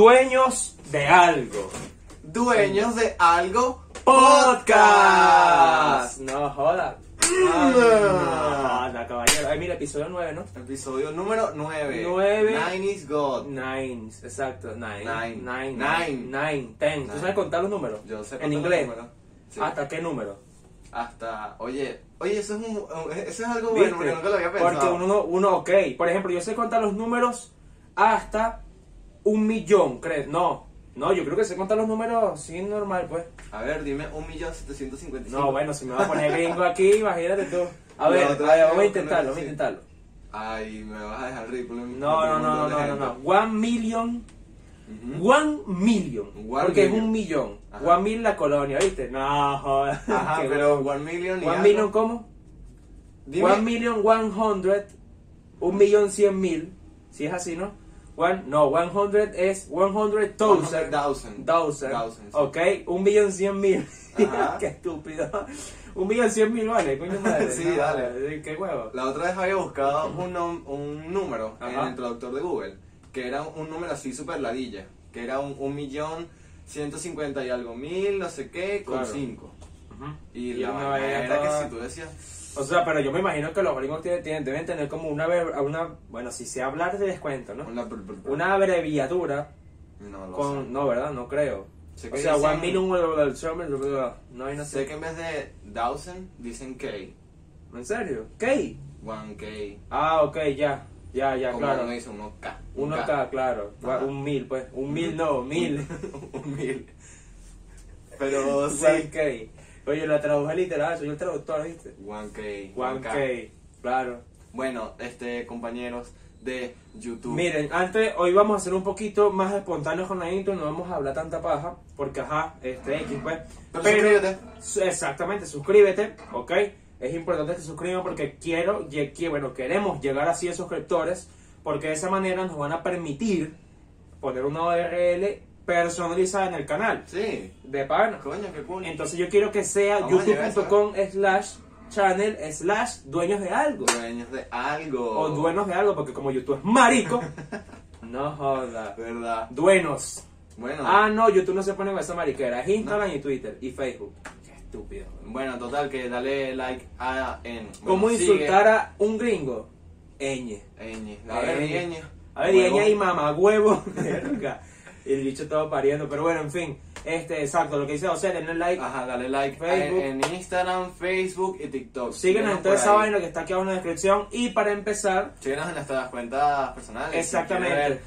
Dueños de algo. Dueños de algo podcast. Podcast. No joda. Ay, no Ah. joda, caballero. Ay, mira, episodio 9, ¿no? Episodio número 9. Nueve. Nine is God. Nines, exacto. Nine. Nine. Nine. Nine. Nine. Ten. ¿Tú Nine. sabes contar los números? Yo sé En contar inglés. los números. Sí. ¿Hasta qué número? Hasta. Oye, oye, eso es, un, eso es algo ¿Viste? bueno porque nunca lo había pensado. Porque uno, uno, ok. Por ejemplo, yo sé contar los números hasta un millón, ¿crees? No. No, yo creo que sé contar los números sí normal, pues. A ver, dime 1.755.000. No, bueno, si me vas a poner gringo aquí, imagínate tú. A No, ver, otra a ver, vez vamos a tengo que intentarlo, vamos a decir. intentarlo. Ay, me vas a dejar ridículo. en- No, en no, un no, montón de no, no, no. gente. One million. Ujú. One million. One porque es million. un millón. Ajá. One mil la colonia, ¿viste? No, joder. Ajá, Qué pero bueno. one million y One algo. million, ¿cómo? Dime. One million, one hundred. Un millón cien mil. Si es así, ¿no? One, no, one hundred es one hundred thousand. Thousand. Thousand. Thousand, sí. Ok, un millón cien mil. Ajá. Qué estúpido. Un millón cien mil, vale, coño madre. Sí, no, dale. Qué huevo. La otra vez había buscado un, nom- un número en Ajá. el traductor de Google, que era un, un número así super ladilla, que era un, un millón ciento cincuenta y algo mil, no sé qué, con Claro. cinco. Ujú. Y, Y la una vaina vaina era toda- que si tú decías, O sea, pero yo me imagino que los gringos tienen, tienen- deben tener como una, ver- una bueno, si sé hablar de descuento, ¿no? una... br- br- br- ¿Ah? Una abreviatura No lo con, no, ¿verdad? No creo. Sé o que sea, dicen- one minimum del summer, bla, bla, bla. no hay no sé. Sé sé. que en vez de thousand, dicen K, ¿En serio? ¿K? one K, Ah, ok, ya, ya, ya, como claro. uno dice, uno K. un Uno K, claro. Ajá. Un mil, pues. Un mil, no, mil. un mil. Pero One sí. K. Oye, la traduje literal, soy el traductor, ¿viste? One K. One K, claro. Bueno, este, compañeros de YouTube. Miren, antes, hoy vamos a ser un poquito más espontáneos con la intro, no vamos a hablar tanta paja, porque ajá, este X pues. Pero suscríbete. su- Exactamente, suscríbete, ¿ok? Es importante que se suscriban porque quiero, lle- que- bueno, queremos llegar así a suscriptores, porque de esa manera nos van a permitir poner una URL personalizada en el canal, Sí. de pana. Coño, qué cool. Entonces yo quiero que sea Vamos a llegar a eso, youtube.com slash channel slash dueños de algo. dueños de algo. O duenos de algo, porque como YouTube es marico, no joda. ¿Verdad? Duenos. Bueno. Ah, no, YouTube no se pone con esa mariquera. Es Instagram y Twitter y Facebook. Qué estúpido. Bueno, total, que dale like a N. Bueno, ¿Cómo sigue. insultar a un gringo? Ñ. Ñ. A ver, Ñ. Ñ. A ver, Huevo. Ñ y mamá, huevo. Verga. y el bicho todo pariendo. Pero bueno, en fin. Este, exacto, lo que dice José, denle like. Ajá, dale like a- Facebook. En, Instagram, Facebook y TikTok. Síguenos en toda por esa ahí. vaina que está aquí abajo en la descripción. Y para empezar, Síguenos en nuestras cuentas personales. si Exactamente. quieres ver.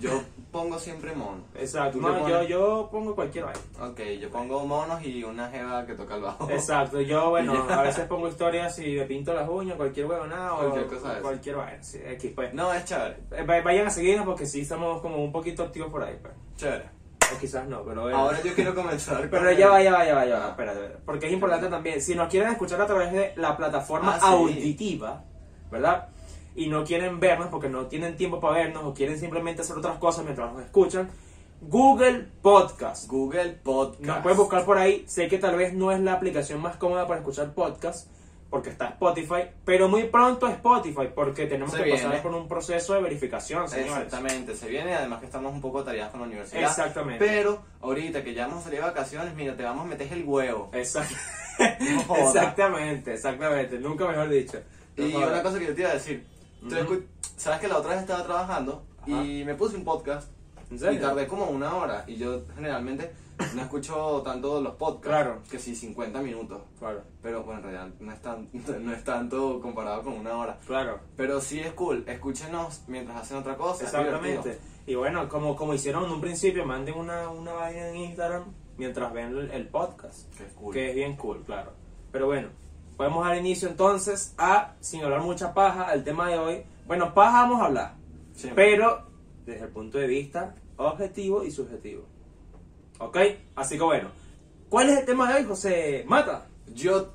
yo pongo siempre mono. exacto. ¿Tú qué No, pones? yo, yo pongo cualquier vaina. Ok, yo pongo monos y una jeva que toca el bajo. Exacto, yo bueno, Y ya. a veces pongo historias y le pinto las uñas, cualquier huevonada o Cualquier cosa de eso. cualquier vaina, sí, X, pues. No, es chévere. Eh, va- Vayan a seguirnos porque sí estamos como un poquito activos por ahí, pues. Chévere. O quizás no, pero bueno. Ahora yo quiero comenzar. Pero con ya va, el- ya va, ya va, ya va, Ah. espérate, espérate. Porque es importante también, si nos quieren escuchar a través de la plataforma Ah, sí. auditiva, ¿verdad? Y no quieren vernos porque no tienen tiempo para vernos o quieren simplemente hacer otras cosas mientras nos escuchan, Google Podcast. Google Podcast. Nos puedes buscar por ahí. Sé que tal vez no es la aplicación más cómoda para escuchar podcasts, porque está Spotify, pero muy pronto Spotify, porque tenemos Se que pasar viene. por un proceso de verificación, señores. Exactamente, se viene, además que estamos un poco atareados con la universidad. Exactamente. Pero ahorita que ya vamos a salir de vacaciones, mira, te vamos a meter el huevo. Exact- No joda. exactamente, exactamente. Nunca mejor dicho. No Y joda. una cosa que yo te iba a decir, tú Ujú. escu- sabes que la otra vez estaba trabajando y me puse un podcast ¿En y serio? tardé como una hora y yo generalmente no escucho tanto los podcasts, Claro. que sí, 50 minutos. Claro, Pero bueno, en realidad no es, tan- no es tanto comparado con una hora. claro. Pero sí es cool, escúchenos mientras hacen otra cosa. es Exactamente. divertido. Y bueno, como, como hicieron en un principio, manden una, una vaina en Instagram mientras ven el, el podcast. Que es cool. Que es bien cool, claro. Pero bueno, podemos dar inicio entonces a, sin hablar mucha paja, al tema de hoy. Bueno, paja vamos a hablar, Siempre. pero desde el punto de vista objetivo y subjetivo. ¿Ok? Así que bueno, ¿cuál es el tema de hoy, José Mata? Yo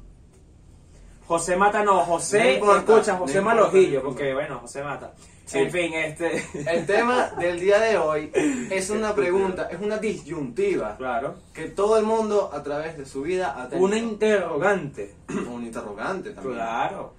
José Mata no, José, No importa, escucha, no José importa, no Malojillo, importa. porque bueno, José Mata. Sí. En fin, este... El tema del día de hoy es una pregunta, es una disyuntiva claro. que todo el mundo a través de su vida ha tenido Una interrogante. un interrogante también. Claro.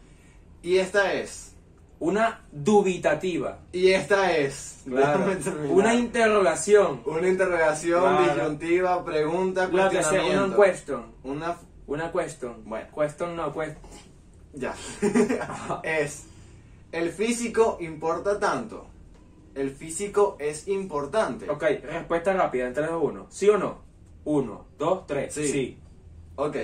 Y esta es, una dubitativa, Y esta es. claro, déjame terminar. una interrogación, Una interrogación, Claro. disyuntiva, pregunta, la que sea cuestionamiento. una question, Una f- una question, Bueno. question no, pues. question, Ya. es. El físico importa tanto. El físico es importante. ok, respuesta rápida en 3, 2, 1, ¿sí o no? 1, 2, 3, Sí. sí. Ok.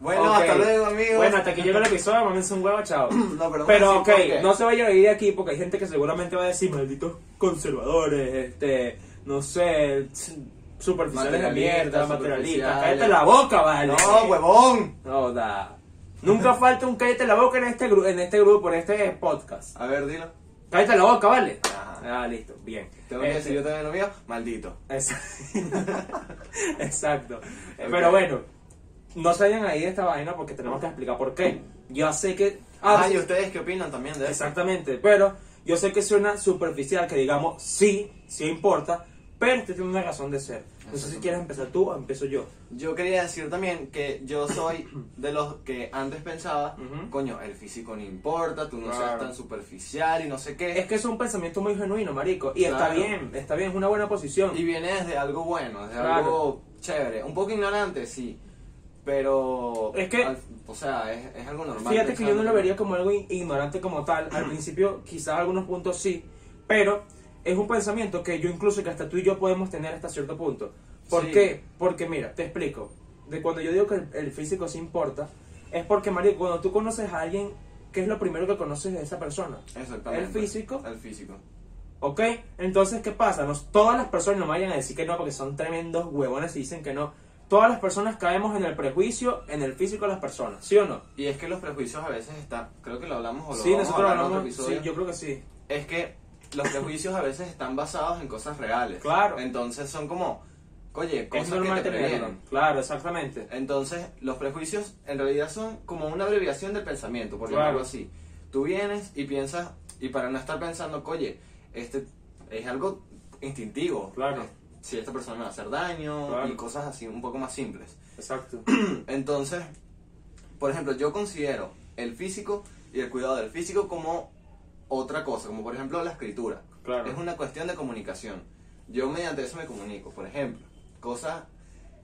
Bueno, Ok. hasta luego, amigos. Bueno, hasta que llegue el episodio, mámense un huevo, chao. No, pero, Pero vamos ok, a decir por qué. no se vaya a ir de aquí porque hay gente que seguramente va a decir malditos conservadores, este, no sé, s- superficiales de Materialistas, mierda, materialistas. superficiales. Cállate la boca, vale. No, huevón. No, da. Nunca falta un cállate la boca en este, gru- en este grupo, en este podcast. A ver, dilo. Cállate la boca, vale. Ajá. Ah, listo, bien. Tengo que Este, decir yo también lo mío. Maldito. Exacto. Exacto. Eh, Ok. Pero bueno, no se vayan ahí de esta vaina porque tenemos que explicar por qué. Yo sé que. Ah, sí, ¿y ustedes qué opinan también de eso? Exactamente, pero yo sé que suena superficial, que digamos sí, sí importa, pero usted tiene una razón de ser. No sé si Exactamente. quieres empezar tú o empiezo yo. Yo quería decir también que yo soy de los que antes pensaba, Ujú. coño, el físico no importa, tú no Claro. seas tan superficial y no sé qué. Es que es un pensamiento muy genuino, marico, y está Claro. bien, está bien, es una buena posición. Y viene desde algo bueno, desde Claro. algo chévere. Un poco ignorante, sí. Pero. Es que- al- o sea, es, es algo normal. Fíjate que yo no pensando. lo vería como algo in- ignorante como tal. Al principio, quizás algunos puntos sí, pero es un pensamiento que yo incluso que hasta tú y yo podemos tener hasta cierto punto. ¿Por Sí. qué? Porque mira, te explico. De cuando yo digo que el, el físico sí importa, es porque, Mario, cuando tú conoces a alguien, ¿qué es lo primero que conoces de esa persona? Exactamente. El físico. El físico. ¿Ok? Entonces, ¿qué pasa? Nos, todas las personas, no me vayan a decir que no, porque son tremendos huevones y dicen que no. Todas las personas caemos en el prejuicio, en el físico de las personas, ¿sí o no? Y es que los prejuicios a veces están. Creo que lo hablamos o lo Sí, vamos a nosotros hablar en otro hablamos. Sí, episodio. yo creo que sí. Es que los prejuicios a veces están basados en cosas reales. Claro. Entonces son como. Oye, Es cosas que normal te tenerlo. previenen. Claro, exactamente. Entonces, los prejuicios en realidad son como una abreviación del pensamiento, por Claro. llamarlo así. Tú vienes y piensas, y para no estar pensando, oye, este es algo instintivo. Claro. Eh, Si esta persona me va a hacer daño Claro. y cosas así, un poco más simples. Exacto. Entonces, por ejemplo, yo considero el físico y el cuidado del físico como otra cosa, como por ejemplo la escritura. Claro. Es una cuestión de comunicación. Yo mediante eso me comunico, por ejemplo, cosas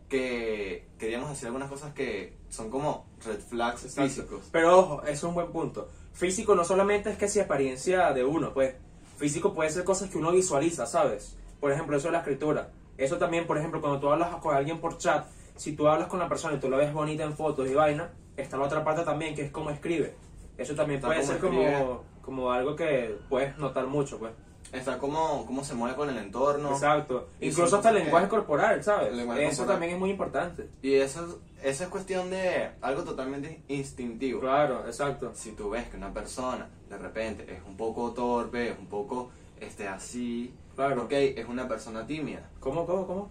que queríamos decir algunas cosas que son como red flags Exacto. físicos. Pero ojo, eso es un buen punto. Físico no solamente es que si apariencia de uno, pues. Físico puede ser cosas que uno visualiza, ¿sabes? Por ejemplo, eso de la escritura. Eso también, por ejemplo, cuando tú hablas con alguien por chat, si tú hablas con la persona y tú la ves bonita en fotos y vaina, está la otra parte también, que es cómo escribe. Eso también Está puede cómo ser escribe. como, como algo que puedes notar mucho, pues. Está como cómo se mueve con el entorno. Exacto. Y Incluso son hasta el cosas que- lenguaje corporal, ¿sabes? El lenguaje eso corporal. también es muy importante. Y eso, es- eso es cuestión de algo totalmente instintivo. Claro, exacto. si tú ves que una persona de repente es un poco torpe, es un poco este así, Claro. ok, es una persona tímida, ¿Cómo, cómo, cómo?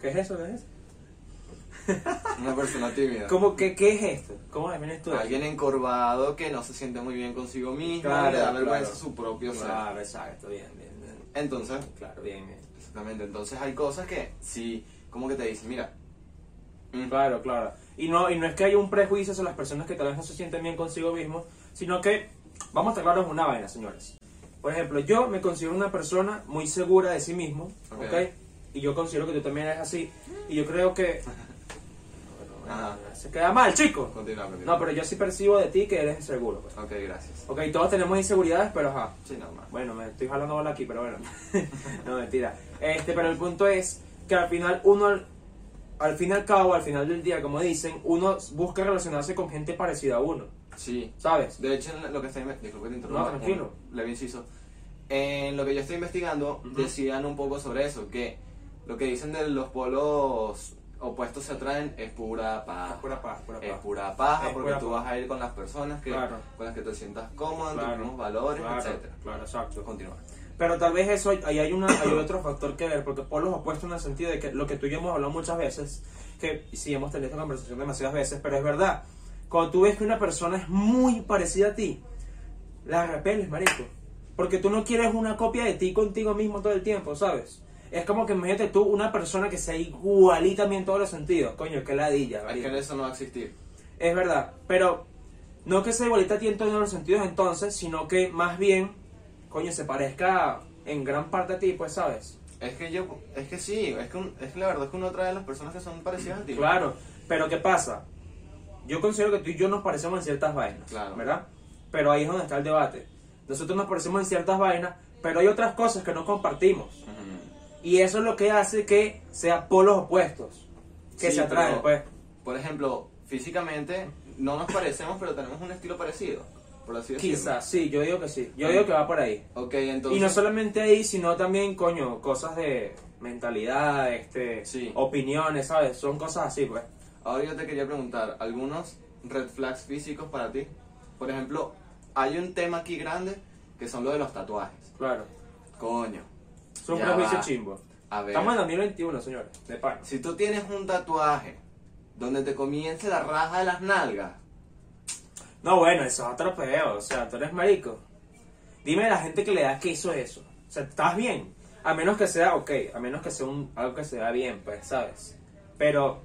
¿Qué es eso? ¿Qué es eso? una persona tímida. ¿Cómo, qué, qué es esto? ¿Cómo defines tú? eso? Alguien encorvado que no se siente muy bien consigo mismo, Claro, le da vergüenza claro. su propio ser. Claro, Ah, exacto, bien, bien, bien. Entonces, Claro, bien, bien. exactamente, entonces hay cosas que si como que te dicen, mira, mm, Claro, claro. Y no, y no es que haya un prejuicio hacia las personas que tal vez no se sienten bien consigo mismos, sino que vamos a estar claros en una vaina, señores. Por ejemplo, yo me considero una persona muy segura de sí mismo, ¿ok? Ok. Y yo considero que tú también eres así. Y yo creo que... Ajá. Se queda mal, chico. continúa, continúa. No, pero yo sí percibo de ti que eres inseguro. Pues. Ok, gracias. Ok, todos tenemos inseguridades, pero ajá. Sí, no, más. Bueno, me estoy jalando bola aquí, pero bueno. no, mentira. Este, pero el punto es que al final uno, al, al fin y al cabo, al final del día, como dicen, uno busca relacionarse con gente parecida a uno, Sí. ¿sabes? De hecho, en lo que está inve- disculpa que te interrumpa, No, tranquilo. un leve inciso. En lo que yo estoy investigando, Ujú. decían un poco sobre eso, que lo que dicen de los polos opuestos se atraen es pura paja. Es pura paja, pura Ah, Es paja. pura paja, Es porque pura tú paja. vas a ir con las personas que, Claro. con las que te sientas cómodo, en tus Claro, mismos valores, claro, etcétera. Pues Claro, exacto. Continúa. Pero tal vez eso, ahí hay, una, hay otro factor que ver, porque polos opuestos en el sentido de que lo que tú y yo hemos hablado muchas veces, que sí hemos tenido esta conversación demasiadas veces, pero es verdad, cuando tú ves que una persona es muy parecida a ti, la repeles, marico. Porque tú no quieres una copia de ti contigo mismo todo el tiempo, ¿sabes? Es como que imagínate tú una persona que sea igualita a mí en todos los sentidos. Coño, qué ladilla, Es que marico. eso no va a existir. Es verdad, pero No que sea igualita a ti en todos los sentidos entonces, sino que más bien, coño, se parezca en gran parte a ti, pues, ¿sabes? Es que yo, es que sí, es que, un- es que la verdad es que uno trae a las personas que son parecidas a ti. Claro, pero ¿qué pasa? Yo considero que tú y yo nos parecemos en ciertas vainas, Claro. ¿verdad? Pero ahí es donde está el debate. Nosotros nos parecemos en ciertas vainas, pero hay otras cosas que no compartimos. Ujú. Y eso es lo que hace que sean polos opuestos, que Sí, se atraen, pero, pues. Por ejemplo, físicamente no nos parecemos, pero tenemos un estilo parecido, por así decirlo. Quizás, sí, yo digo que sí. Ah. Yo digo que va por ahí. Ok, entonces. y no solamente ahí, sino también, coño, cosas de mentalidad, este, Sí. opiniones, ¿sabes? Son cosas así, pues. Ahora yo te quería preguntar, ¿algunos red flags físicos para ti? Por ejemplo, hay un tema aquí grande que son lo de los tatuajes. Claro. Coño. Es un Ya prejuicio va. chimbo. A ver. Estamos en 2021, señores. De pan. Si tú tienes un tatuaje donde te comience la raja de las nalgas, No, bueno, eso es otro peo. O sea, tú eres marico. Dime a la gente que le da que hizo eso. O sea, ¿estás bien? A menos que sea, ok, a menos que sea un, algo que se da bien, pues, ¿sabes? Pero,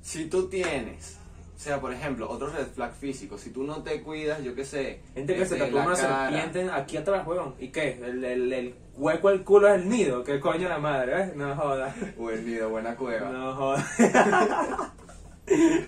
si tú tienes, o sea, por ejemplo, otro red flag físico, si tú no te cuidas, yo qué sé, gente que se este, tatúa la una cara. serpiente aquí atrás, weón. ¿Y qué? El, el, el hueco del culo es el nido. ¿Qué coño la madre, eh? No jodas. O el nido, buena cueva. No jodas.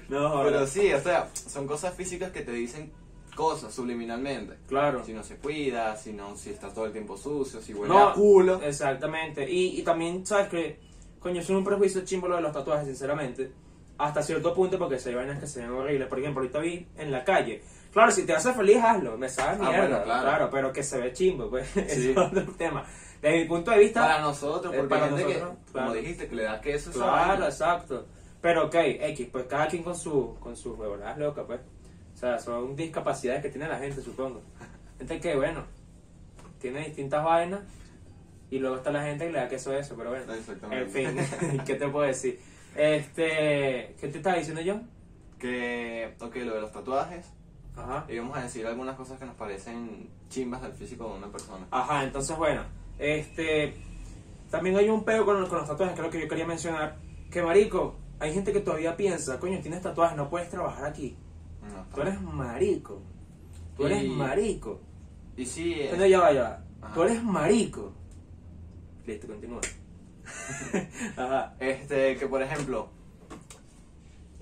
no jodas. Pero sí, o sea, son cosas físicas que te dicen cosas subliminalmente. Claro. Si no se cuida, si no, si estás todo el tiempo sucio, si huele No, eh, a culo. Exactamente. Y, y también, ¿sabes que Coño, es un prejuicio chimbo lo de los tatuajes, sinceramente. Hasta cierto punto, porque se vainas que se ven horribles. Por ejemplo, ahorita vi en la calle. Claro, si te hace feliz, hazlo. Me sabes Ah, mierda. bueno, claro. pero que se ve chimbo, pues. Sí. es otro tema. Desde mi punto de vista. Para nosotros, Eh, porque para hay gente nosotros, que, claro. como dijiste, que le da queso. esa Claro, vaina. exacto. Pero, ok, X, pues cada quien con su con sus huevonadas locas, pues. O sea, son discapacidades que tiene la gente, supongo. Gente que, bueno, tiene distintas vainas y luego está la gente que le da queso a eso, pero bueno. En Exactamente. fin, ¿qué te puedo decir? Este, ¿qué te estaba diciendo yo? Que, ok, lo de los tatuajes. Ajá. Y vamos a decir algunas cosas que nos parecen chimbas del físico de una persona. Ajá, entonces bueno, este también hay un peo con, con los tatuajes, que es lo que yo quería mencionar, que marico, hay gente que todavía piensa, coño, tienes tatuajes, no puedes trabajar aquí. No. Tú eres marico. Tú eres Y- marico. Y sí, eh, No, ya va, ya va. Ajá. Tú eres marico. Listo, continúa. Ajá. este, que por ejemplo,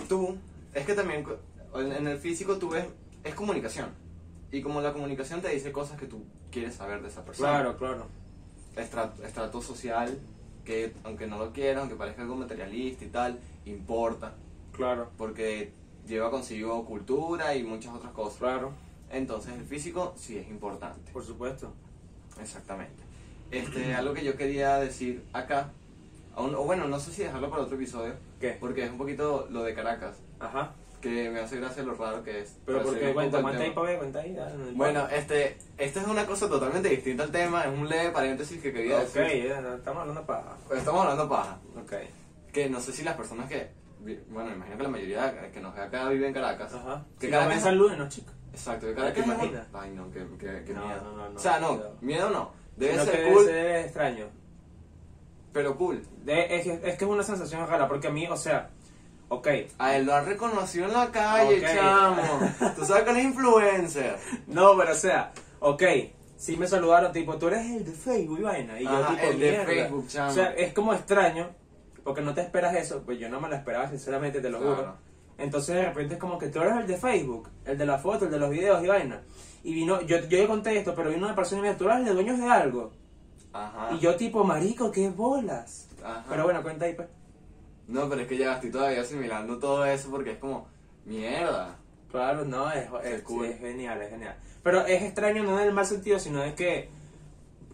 tú, es que también cu- en en el físico tú ves, es comunicación. Y como la comunicación te dice cosas que tú quieres saber de esa persona. Claro, claro. estrato, estrato social que aunque no lo quieras, aunque parezca algo materialista y tal, importa Claro, porque lleva consigo cultura y muchas otras cosas. claro. Entonces el físico sí es importante. Por supuesto. Exactamente. Este, algo que yo quería decir acá, aún- o bueno, no sé si dejarlo para otro episodio, ¿Qué? porque es un poquito lo de Caracas, Ajá. que me hace gracia lo raro que es. Pero Para salir porque un poco cuenta, del cuenta ahí, tema. pa' ver, cuenta ahí. dale, no importa. Bueno, este, esta es una cosa totalmente distinta al tema, es un leve paréntesis que quería ok, decir. ya, no, estamos hablando para. Estamos hablando paja. Ok. que no sé si las personas que vi- bueno me imagino que la mayoría que nos ve acá vive en Caracas Ajá. que Si Caracas comienza el lunes, ¿no, chico? exacto que ¿Te Caracas es- imaginas? ay no que, que, que No, miedo no, no, no, o sea no cuidado. miedo no debe Sino que ser cool debe ser extraño. pero cool De- es, que- es que es una sensación rara, porque a mí, o sea, ok, a él lo ha reconocido en la calle Ok. chamo tú sabes que él es influencer No, pero o sea, ok, si me saludaron, tipo, tú eres el de Facebook y vaina. Y yo, Ajá, tipo, el de mierda. Facebook, chamo. O sea, es como extraño, porque no te esperas eso. Pues yo no me lo esperaba, sinceramente, te lo Claro. juro. Entonces, de repente es como que tú eres el de Facebook, el de la foto, el de los videos y vaina. Y vino, yo, yo le conté esto, pero vino una persona y me dijo, tú eres el de dueños de algo. ajá Y yo, tipo, marico, qué bolas. Ajá. Pero bueno, cuenta ahí, pues. no pero es que ya estoy todavía asimilando todo eso porque es como mierda Claro, no, es, Qué es, cool. es genial, es genial. Pero es extraño no en el mal sentido, sino es que,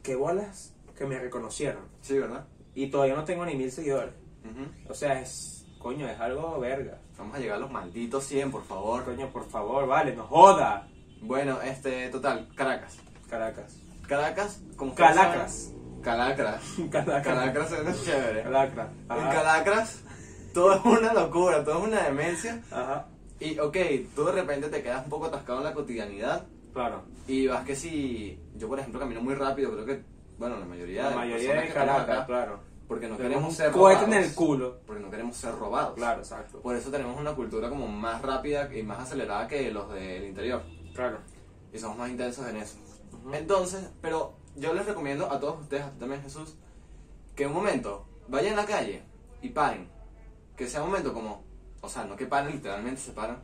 qué bolas que me reconocieron. sí verdad Y todavía no tengo ni mil seguidores. Ujú. O sea, es. Coño, es algo verga. vamos a llegar a los malditos 100 por favor Coño, por favor, vale, no joda. bueno este total Caracas Caracas. Caracas, como ustedes Calacras. saben- Calacras. Caracas. Calacras es chévere. Caracas. En Ajá. Calacras, todo es una locura, todo es una demencia. Ajá. Y ok, tú de repente te quedas un poco atascado en la cotidianidad Claro. y vas que si. Yo, por ejemplo, camino muy rápido, creo que. Bueno, la mayoría La de mayoría de personas que estamos Caracas, acá claro. Porque no Tenemos queremos ser un cohete robados. en el culo. Porque no queremos ser robados. Claro, exacto. Por eso tenemos una cultura como más rápida y más acelerada que los del interior. Claro. Y somos más intensos en eso. Ujú. Entonces, pero yo les recomiendo a todos ustedes, a ti también Jesús, que un momento vayan a la calle y paren. Que sea un momento como, o sea, no que paren, literalmente se paran,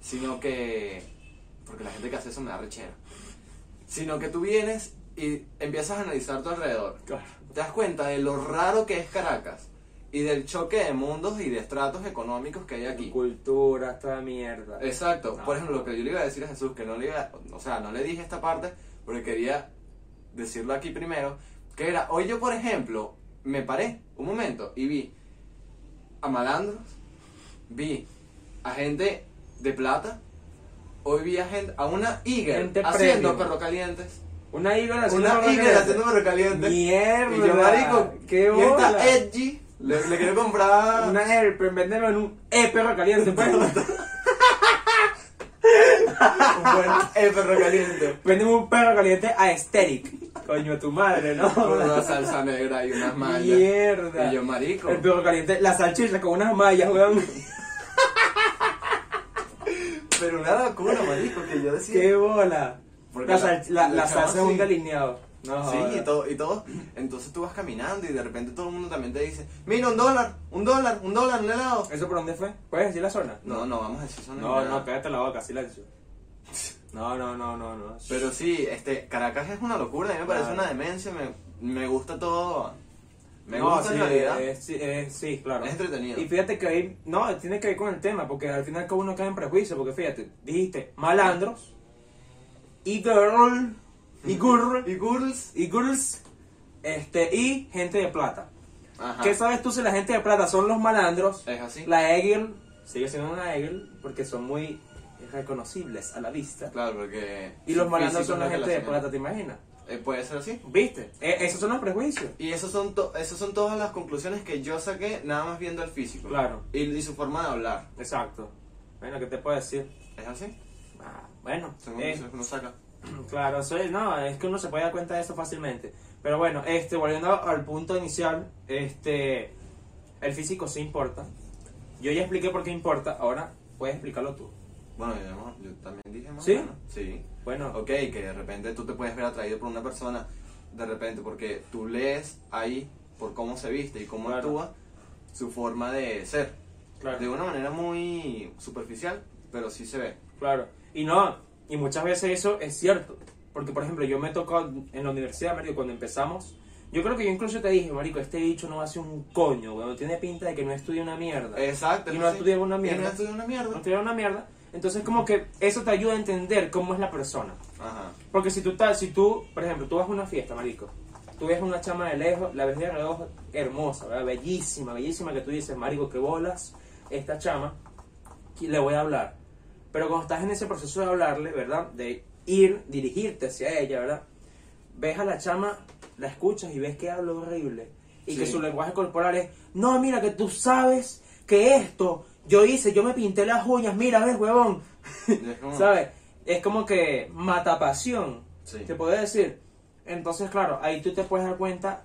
sino que, porque la gente que hace eso me da rechera, sino que tú vienes y empiezas a analizar tu alrededor. Claro. Te das cuenta de lo raro que es Caracas y del choque de mundos y de estratos económicos que hay aquí. Cultura, esta mierda. Exacto. No. Por ejemplo, lo que yo le iba a decir a Jesús, que no le iba, o sea, no le dije esta parte, porque quería decirlo aquí primero, que era, hoy yo, por ejemplo, me paré un momento y vi a malandros, vi a gente de plata, hoy vi a gente, a una higuera Gente haciendo premium. perro calientes. Una hígara haciendo Una perro higuera caliente. haciendo perro calientes. Mierda. Y yo, marico, qué y esta bola. Edgy, le, le quiero comprar... Una Airpen, venderlo en un E perro caliente, pues. Un buen eh, perro caliente. Vendeme un perro caliente a Aesthetic. Coño, tu madre, ¿no? con una salsa negra y unas mallas. Mierda. Y yo, marico. El perro caliente, la salchicha con unas mallas, weón. Pero una locura, marico, que yo decía. Qué bola. Porque la, la- sal- la, la la chama salsa es un sí. delineado. No, Sí, joda. y todo, y todo. Entonces tú vas caminando y de repente todo el mundo también te dice, mira, un dólar, un dólar, un dólar, un helado. ¿Eso por dónde fue? ¿Puedes decir la zona? No, no, vamos a decir eso. No, es no, nada. cállate la boca, silencio. No, no, no, no, no. Pero sí, este, Caracas es una locura, a mí me parece Claro. una demencia, me, me gusta todo. Me No, gusta sí, en realidad. eh, sí, eh, sí, claro. Es entretenido. Y fíjate que ahí, no, tiene que ver con el tema, porque al final cada uno cae en prejuicio, porque fíjate, dijiste malandros, y girl, y girl, Y girls. y girls, este, y gente de plata. Ajá. Eh, ¿Qué sabes tú si la gente de plata son los malandros? Es así. La Egil sigue siendo una Egil porque son muy reconocibles a la vista. Claro, porque. Y los su malandros físico son la no es gente de relacionado. plata, ¿te imaginas? Eh, Puede ser así. ¿Viste? Eh, esos son los prejuicios. Y esos son to- esas son todas las conclusiones que yo saqué nada más viendo el físico. Claro. Y, y su forma de hablar. Exacto. Bueno, ¿qué te puedo decir? ¿Es así? Ah, bueno, Son eh, conclusiones que uno saca. claro, eso es- no, es que uno se puede dar cuenta de eso fácilmente. Pero bueno, este, volviendo al punto inicial, este, el físico sí importa. Yo ya expliqué por qué importa, ahora puedes explicarlo tú. Bueno, yo, no- yo también dije más o ¿Sí? menos. Sí. Bueno, Ok, que de repente tú te puedes ver atraído por una persona, de repente, porque tú lees ahí por cómo se viste y cómo Claro. actúa su forma de ser. claro. De una manera muy superficial, pero sí se ve. Claro. Y no, y muchas veces eso es cierto. Porque, por ejemplo, yo me tocó en la universidad, marico, cuando empezamos. Yo creo que yo incluso te dije, marico, este bicho no hace un coño, weón. Tiene pinta de que no estudia una mierda. Exacto. Y es no así. estudia una Y mierda. no estudia una No mierda. estudia una mierda. Entonces, como que eso te ayuda a entender cómo es la persona. Ajá. Porque si tú, ta- si tú, por ejemplo, tú vas a una fiesta, marico. Tú ves a una chama de lejos, la ves de reojo hermosa, ¿verdad? Bellísima, bellísima, que tú dices, marico, qué bolas esta chama. Y le voy a hablar. Pero cuando estás en ese proceso de hablarle, ¿verdad? De ir, dirigirte hacia ella, ¿verdad? Ves a la chama, la escuchas y ves que habla horrible. Y Sí. que su lenguaje corporal es, no, mira, que tú sabes que esto, yo hice, yo me pinté las uñas, mira, ves, huevón. Y es como- ¿Sabes? Es como que mata pasión. Sí. Te puedo decir. Entonces, claro, ahí tú te puedes dar cuenta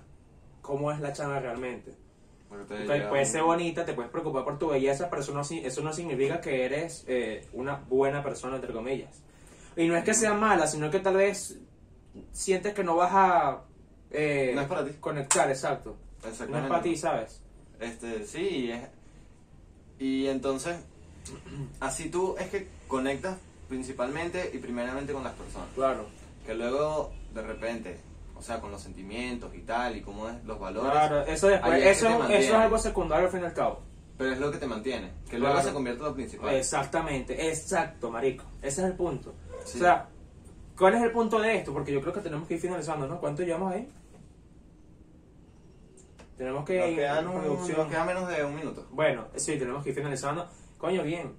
cómo es la chama realmente. Porque te Entonces, llega puede un- ser bonita, te puedes preocupar por tu belleza, pero eso no, si- eso no significa que eres eh, una buena persona, entre comillas. Y no es que sea mala, sino que tal vez sientes que no vas a eh, No es para ti. conectar, exacto. No es Exactamente. para ti, ¿sabes? Este, sí, y es- y entonces, así tú es que conectas principalmente y primeramente con las personas, Claro. que luego de repente, o sea, con los sentimientos y tal, y cómo es los valores, Claro, eso, después- ahí es que eso, te eso es mantiene. algo secundario al fin y al cabo. pero es lo que te mantiene, que luego Claro. se convierte en lo principal. Exactamente, exacto, marico. Ese es el punto. Sí. O sea, ¿cuál es el punto de esto? Porque yo creo que tenemos que ir finalizando, ¿no? ¿Cuánto llevamos ahí? Tenemos que Nos ir quedan un- producción. nos queda menos de un minuto. Bueno, sí, tenemos que ir finalizando. Coño, bien.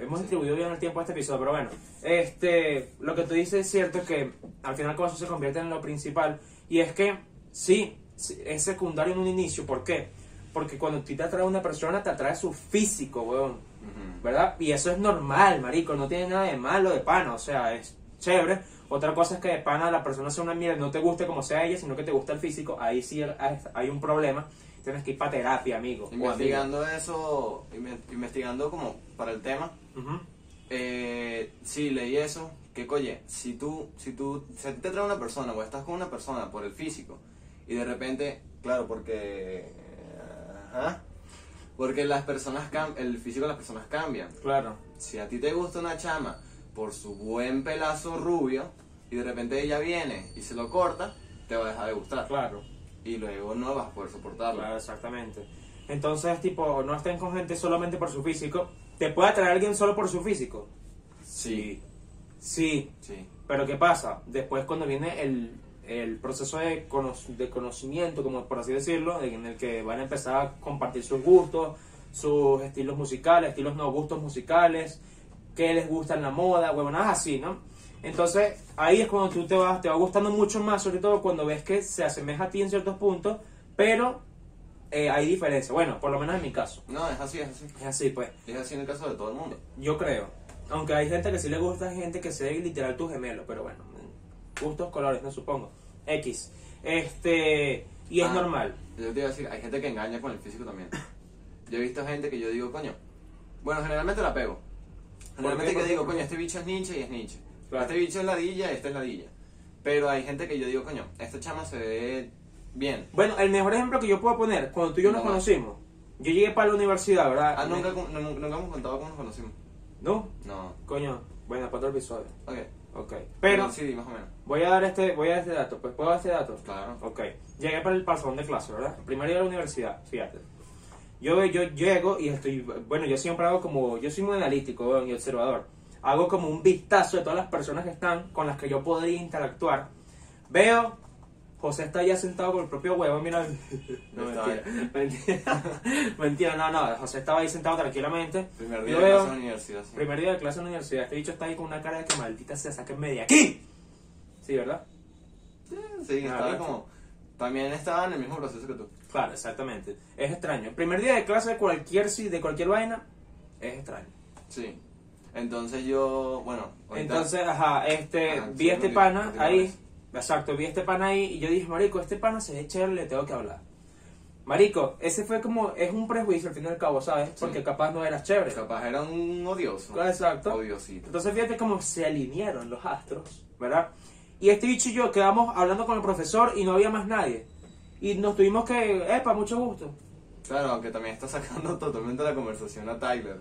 Hemos Sí. distribuido bien el tiempo a este episodio, pero bueno. Este, lo que tú dices es cierto es que al final como eso se convierte en lo principal. Y es que, sí, sí, es secundario en un inicio. ¿Por qué? Porque cuando a ti te atrae una persona, te atrae su físico, weón. Ujú. ¿verdad? Y eso es normal, marico, no tiene nada de malo de pana, o sea, es chévere. Otra cosa es que de pana la persona sea una mierda, no te guste como sea ella, sino que te gusta el físico, ahí sí hay un problema. Tienes que ir para terapia, amigo. o amiga. Investigando eso, inve- investigando como para el tema, Ujú. eh, sí, leí eso, que coye, si tú, si tú, si a ti te trae una persona o estás con una persona por el físico y de repente, claro, porque, eh, ajá, porque las personas, cam- el físico de las personas cambian. Claro. Si a ti te gusta una chama por su buen pelazo rubio y de repente ella viene y se lo corta, te va a dejar de gustar. Claro. Y luego no vas a poder soportarlo. Claro, exactamente. Entonces, tipo, no estén con gente solamente por su físico. ¿Te puede atraer alguien solo por su físico? Sí. Sí. Sí. Pero ¿qué pasa? Después cuando viene el, el proceso de, cono- de conocimiento, como por así decirlo, en el que van a empezar a compartir sus gustos, sus estilos musicales, estilos no gustos musicales, qué les gusta en la moda, huevonadas así, ¿no? Entonces ahí es cuando tú te vas, te va gustando mucho más, sobre todo cuando ves que se asemeja a ti en ciertos puntos, pero eh, hay diferencia. Bueno, por lo menos en mi caso. No, es así, es así. Es así, pues. Es así en el caso de todo el mundo. Yo creo. Aunque hay gente que sí le gusta, hay gente que sea literal tu gemelo, pero bueno, gustos, colores, no supongo. X. Este. Y es Ah, normal. Yo te iba a decir, hay gente que engaña con el físico también. Yo he visto gente que yo digo, coño. Bueno, generalmente la pego. Generalmente qué? que ¿Por digo, qué? coño, este bicho es ninja y es ninja. Claro. Este bicho es ladilla y este es ladilla. Pero hay gente que yo digo, coño, esta chama se ve bien. Bueno, el mejor ejemplo que yo puedo poner, cuando tú y yo nos No. conocimos, yo llegué para la universidad, ¿verdad? Ah, nunca, cu- nu- nunca hemos contado cómo nos conocimos. ¿No? No. Coño, bueno, para otro episodio. Ok. Ok. Pero Pero sí, más o menos. voy a dar este, voy a dar este dato, pues puedo dar este dato. Claro. Ok, llegué para el, para el salón de clase, ¿verdad? Primero día de la universidad, fíjate. Yo, yo llego y estoy, bueno, yo siempre hago como, yo soy muy analítico weón, y observador. Hago como un vistazo de todas las personas que están con las que yo podría interactuar. Veo, José está ya sentado con el propio huevo, mira. No, Está mentira, mentira, mentira, no, no, José estaba ahí sentado tranquilamente. Primer Yo día de veo- clase de universidad. sí. Primer día de clase en la universidad, este bicho está ahí con una cara de que maldita sea, sáquenme de aquí. Sí, ¿verdad? Sí, Ah, estaba ¿viste? como. También estaba en el mismo proceso que tú. Claro, exactamente. Es extraño. El primer día de clase de cualquier si- de cualquier vaina es extraño. Sí. Entonces yo. Bueno, ahorita- Entonces, ajá, este, Ajá, vi sí, a este no, pana no, no, ahí, exacto, vi a este pana ahí y yo dije, marico, este pana se ve chévere, le tengo que hablar. Marico, ese fue como, es un prejuicio al fin y al cabo, ¿sabes? Porque Sí. capaz no era chévere. Pues Capaz era un odioso. Exacto. Odiosito. Entonces fíjate cómo se alinearon los astros, ¿verdad? Y este bicho y yo quedamos hablando con el profesor y no había más nadie. Y nos tuvimos que, epa, mucho gusto. Claro, aunque también está sacando totalmente la conversación a Tyler,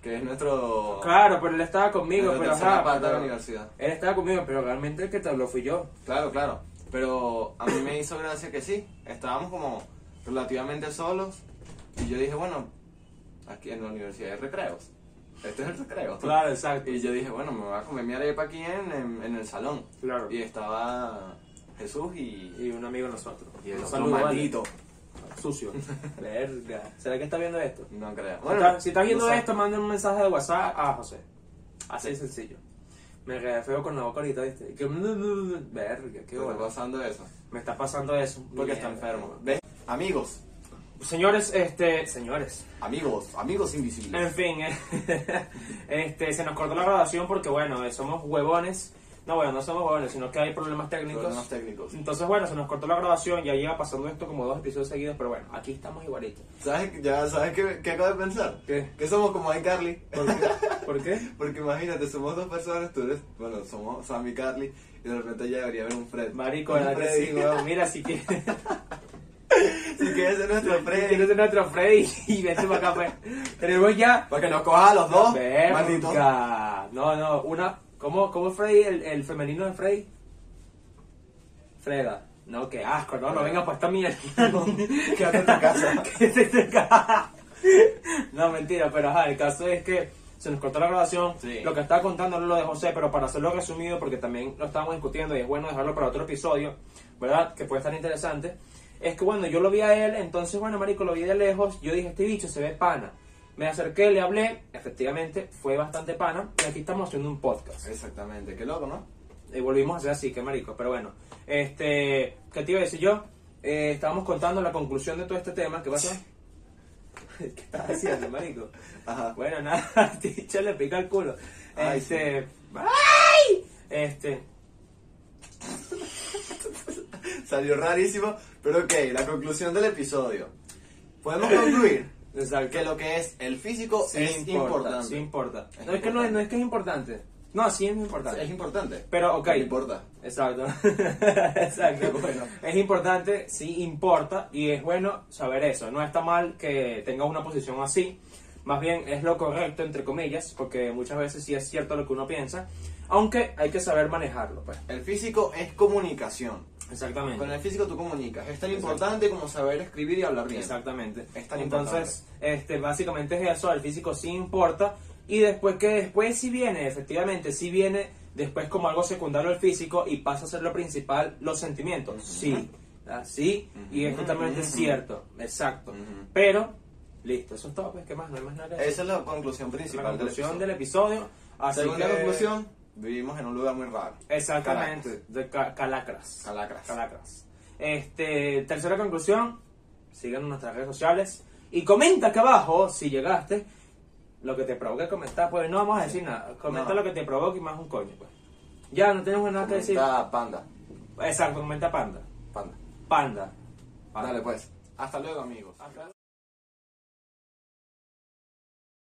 que es nuestro. Claro, pero él estaba conmigo, nuestra pero tercera ajá. pata de la pero- universidad. Él estaba conmigo, pero realmente el que te habló fui yo. Claro, claro. Pero a mí me hizo gracia que sí. Estábamos como relativamente solos. Y yo dije, bueno, aquí en la universidad hay recreos. Este es el recreo. exacto. Y yo dije, bueno, me voy a comer mi arepa aquí en, en- en el salón. Claro. Y estaba Jesús y. Y un amigo de nosotros. Y el Un otro saludo, vale. maldito. Sucio. Verga. ¿Será que está viendo esto? No creo. Si está- si estás viendo no sé. esto, manda un mensaje de WhatsApp a José. Así de sencillo. Me quedé feo con la boca ahorita, ¿viste? Que- Verga, ¿Qué qué está bueno. pasando eso? Me está pasando eso. Porque Mierda. está enfermo. ¿Ves? Amigos, Señores, este. Señores. amigos, amigos invisibles. En fin, eh, este, se nos cortó la grabación porque, bueno, eh, somos huevones. No, bueno, no somos huevones, sino que hay problemas técnicos. Problemas técnicos. Entonces, bueno, se nos cortó la grabación, ya lleva pasando esto como dos episodios seguidos, pero bueno, aquí estamos igualitos. ¿Sabes, qué- ya, ¿sabes qué, qué acabo de pensar? ¿Qué? Que somos como iCarly. ¿Por qué? ¿Por qué? Porque imagínate, somos dos personas, tú eres, bueno, somos Sam y Carly, y de repente ya debería haber un Fred. Marico, un ¿verdad que Freddy. sí, weón? Mira, si quieres, Si quieres ser nuestro si quieres Freddy, ser nuestro Freddy y vete para acá, pues. Tenemos ya. para que nos coja a los dos, Oh, maldito. Verga. No, no, una. ¿Cómo, cómo es Freddy, el, el femenino de Freddy? Freda. No, qué asco, no, no venga para esta mierda. Quédate en tu casa. no, mentira, pero ajá, el caso es que se nos cortó la grabación. Sí. Lo que estaba contando era lo de José, pero para hacerlo resumido, porque también lo estábamos discutiendo y es bueno dejarlo para otro episodio, ¿verdad? Que puede estar interesante. Es que bueno, yo lo vi a él, entonces bueno, marico, lo vi de lejos. Yo dije, este bicho se ve pana. Me acerqué, le hablé, efectivamente fue bastante pana. Y aquí estamos haciendo un podcast. Exactamente, qué loco, ¿no? Y volvimos a hacer así, qué marico. Pero bueno, este, ¿qué te iba a decir yo? Eh, estábamos contando la conclusión de todo este tema. ¿Qué pasó? ¿Qué estás haciendo, marico? Ajá. Bueno, nada, te le pica el culo. Ay, este, ¡ay! Este, Salió rarísimo, pero ok, la conclusión del episodio. Podemos concluir exacto. que lo que es el físico Sí es importa, importante. sí importa. Es No es que no es, importante. no es que es importante. No, sí es importante. Es importante. Pero, ok. No importa. Exacto. Exacto. Bueno. Es importante, sí importa, y es bueno saber eso. No está mal que tengas una posición así. Más bien es lo correcto, entre comillas, porque muchas veces sí es cierto lo que uno piensa. Aunque hay que saber manejarlo, pues. El físico es comunicación. Exactamente. Con el físico tú comunicas. Es tan Exacto. importante como saber escribir y hablar bien. Exactamente. Es tan Entonces, este, básicamente es eso, el físico sí importa. Y después que después si viene, efectivamente, si viene después como algo secundario el físico y pasa a ser lo principal, los sentimientos. Sí, así, y es Ujú, totalmente ujú. cierto, exacto. Ujú. Pero, listo, eso es todo, pues, ¿qué más? No hay más nada que decir. Esa es la conclusión principal la conclusión del del episodio. episodio. Así Segunda que- conclusión, vivimos en un lugar muy raro. Exactamente, de ca- Calacras. Calacras. Calacras. Este, tercera conclusión, sigan nuestras redes sociales y comenta acá abajo si llegaste lo que te provoque comentar, pues no vamos a decir nada, comenta No. lo que te provoque y más un coño, pues. Ya, no tenemos nada que decir. Comenta panda. Exacto, comenta panda. Panda. Panda. Panda. Dale pues. Hasta luego amigos.